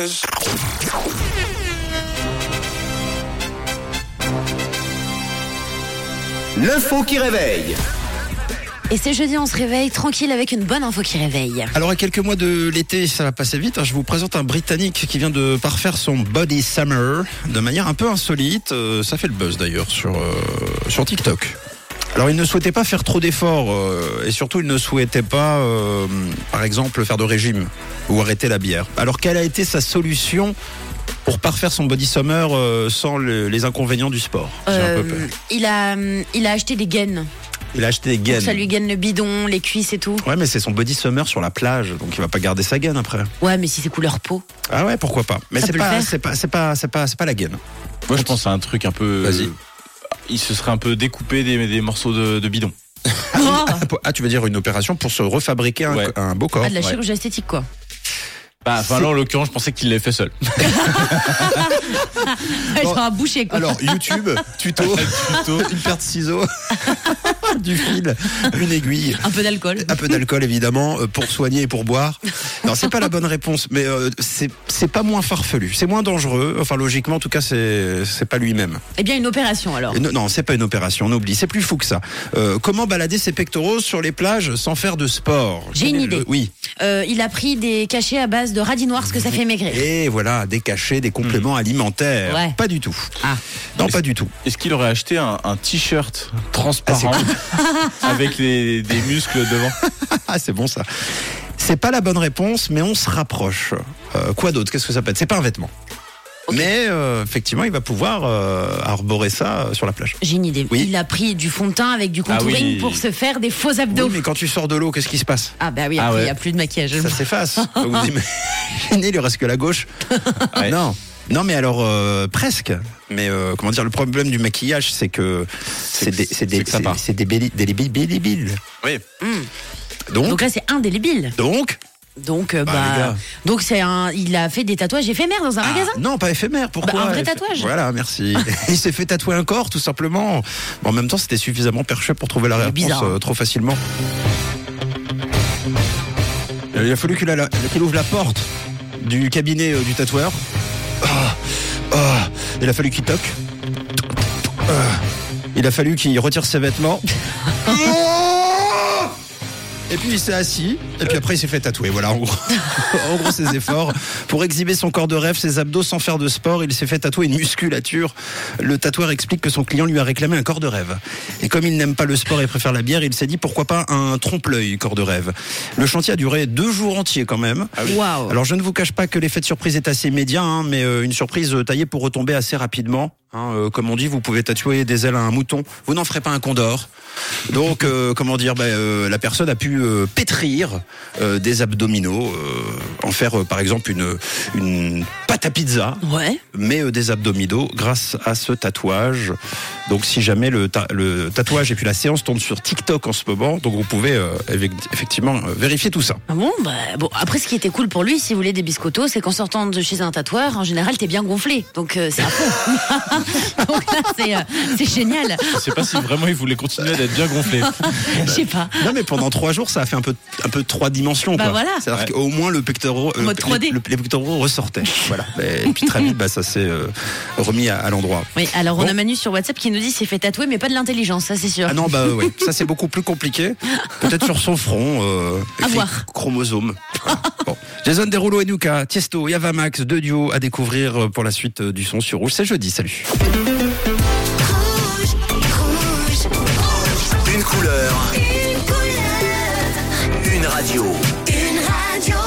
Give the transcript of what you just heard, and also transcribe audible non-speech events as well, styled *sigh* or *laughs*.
Lopez. L'info qui réveille. Et c'est jeudi, on se réveille tranquille avec une bonne info qui réveille. Alors à quelques mois de l'été, ça va passer vite. hein, Je vous présente un Britannique qui vient de parfaire son Body Summer de manière un peu insolite. Euh, ça fait le buzz d'ailleurs sur euh, sur TikTok. Alors il ne souhaitait pas faire trop d'efforts euh, et surtout il ne souhaitait pas, euh, par exemple, faire de régime ou arrêter la bière. Alors quelle a été sa solution pour parfaire son Body Summer euh, sans le- les inconvénients du sport J'ai un peu Euh, peur. il, a, hum, il a acheté des gaines. Il a acheté des Donc gaines. ça lui gaine le bidon, les cuisses et tout. Ouais mais c'est son Body Summer sur la plage donc il va pas garder sa gaine après. Ouais, mais si c'est couleur peau. Ah ouais, pourquoi pas. Mais Ça c'est peut le pas, faire. c'est pas, c'est pas, c'est pas, c'est pas la gaine. Moi, je pense à un truc un peu. Vas-y. Il se serait un peu découpé des, des morceaux de, de bidon. Oh Ah, tu veux dire une opération pour se refabriquer un, Ouais. un beau corps Ah, de la *laughs* Ouais. chirurgie esthétique, quoi. Bah, enfin, C'est- là, en l'occurrence, je pensais qu'il l'avait fait seul. *laughs* Elle sera bouchée, quoi. Alors YouTube, tuto, *laughs* une paire Ah, de ciseaux, du fil, une aiguille. Un peu *laughs* d'alcool. Un peu d'alcool évidemment euh, pour soigner et pour boire. Non, c'est pas la bonne réponse, mais euh, c'est c'est pas moins farfelu, c'est moins dangereux. Enfin logiquement, en tout cas, c'est c'est pas lui-même. Eh bien, une opération, alors. Et Non, non, c'est pas une opération, on oublie. C'est plus fou que ça. Euh, comment balader ses pectoraux sur les plages sans faire de sport J'ai une Quel est idée. le- Oui. Euh, il a pris des cachets à base de radis noir, parce que ça fait maigrir. Et voilà, des cachets, des compléments alimentaires. Ouais. Pas du tout. Ah. Non, pas du tout. *laughs* Est-ce qu'il aurait acheté un, un t-shirt transparent avec les, des muscles devant Ah, c'est bon ça. C'est pas la bonne réponse, mais on se rapproche. Euh, quoi d'autre Qu'est-ce que ça peut être C'est pas un vêtement. Mais euh, effectivement, il va pouvoir euh, arborer ça euh, sur la plage. J'ai une idée. Oui. Il a pris du fond de teint avec du Ah oui. contouring pour se faire des faux Oui, abdos. mais quand tu sors de l'eau, qu'est-ce qui se passe Ah, bah oui, Ah après, il ouais. n'y a plus de maquillage. Ça s'efface. Donc, vous imaginez, il reste que la gauche. Ouais. Non. Non, mais alors euh, presque. Mais euh, comment dire Le problème du maquillage, c'est que c'est que- des c'est c'est des que ça c'est- part. c'est des béli- des béli- béli- béli- *laughs* Oui. Donc Donc là, c'est indélébile. donc Donc, euh, Bah, bah, les gars. donc c'est un. Il a fait des tatouages éphémères dans un Ah, magasin. Non, pas éphémère. Pourquoi Bah, un vrai Éph- tatouage. *laughs* Voilà, merci. il s'est fait tatouer un corps, tout simplement. Bon, en même temps, c'était suffisamment perché pour trouver la réponse bizarre, hein. euh, trop facilement. Euh, Il a fallu qu'il a la- qu'il ouvre la porte du cabinet euh, du tatoueur. Ah, ah, il a fallu qu'il toque. Ah, il a fallu qu'il retire ses vêtements. Ah Et puis il s'est assis, et puis après il s'est fait tatouer. Voilà, en gros, *laughs* en gros ses efforts. Pour exhiber son corps de rêve, ses abdos sans faire de sport, il s'est fait tatouer une musculature. Le tatoueur explique que son client lui a réclamé un corps de rêve. Et comme il n'aime pas le sport et préfère la bière, il s'est dit pourquoi pas un trompe-l'œil corps de rêve. Le chantier a duré deux jours entiers quand même. Ah Waouh. Ah Oh. Alors je ne vous cache pas que l'effet de surprise est assez immédiat, hein, mais euh, une surprise euh, taillée pour retomber assez rapidement. hein. Euh, comme on dit, vous pouvez tatouer des ailes à un mouton, vous n'en ferez pas un condor. Donc, euh, *laughs* comment dire, bah, euh, la personne a pu euh, pétrir euh, des abdominaux, euh, en faire euh, par exemple une, une pâte à pizza, Ouais. mais euh, des abdominaux grâce à ce tatouage. Donc si jamais le, ta- le tatouage et puis la séance tournent sur TikTok en ce moment, donc vous pouvez euh, avec- effectivement euh, vérifier tout ça. Ah bon, bah, bon, après, ce qui était cool pour lui, si vous voulez des biscottos, c'est qu'en sortant de chez un tatoueur, en général, t'es bien gonflé. Donc, euh, c'est à fond. *laughs* Donc là, c'est, euh, c'est génial. Je sais pas si vraiment il voulait continuer d'être bien gonflé. Je sais pas. Non mais pendant trois jours, ça a fait un peu un peu trois dimensions. Bah quoi. voilà. C'est-à-dire qu'au moins le pectoraux, euh, mode le- 3D. le- les *laughs* pectoraux ressortaient. voilà. Et puis très vite, bah, ça s'est euh, remis à, à l'endroit. Oui, alors on Bon. a Manu sur WhatsApp qui nous dit c'est fait tatouer, mais pas de l'intelligence, ça c'est sûr. Ah non, bah euh, ouais, ça c'est beaucoup plus compliqué. Peut-être sur son front. Euh, À effet voir. Chromosome. Voilà. Bon. Jason Derulo et Nuka, Tiesto, Yavamax, deux duos à découvrir euh, pour la suite euh, du son sur Rouge. C'est jeudi, salut. Une couleur. Une couleur. Une radio. Une radio.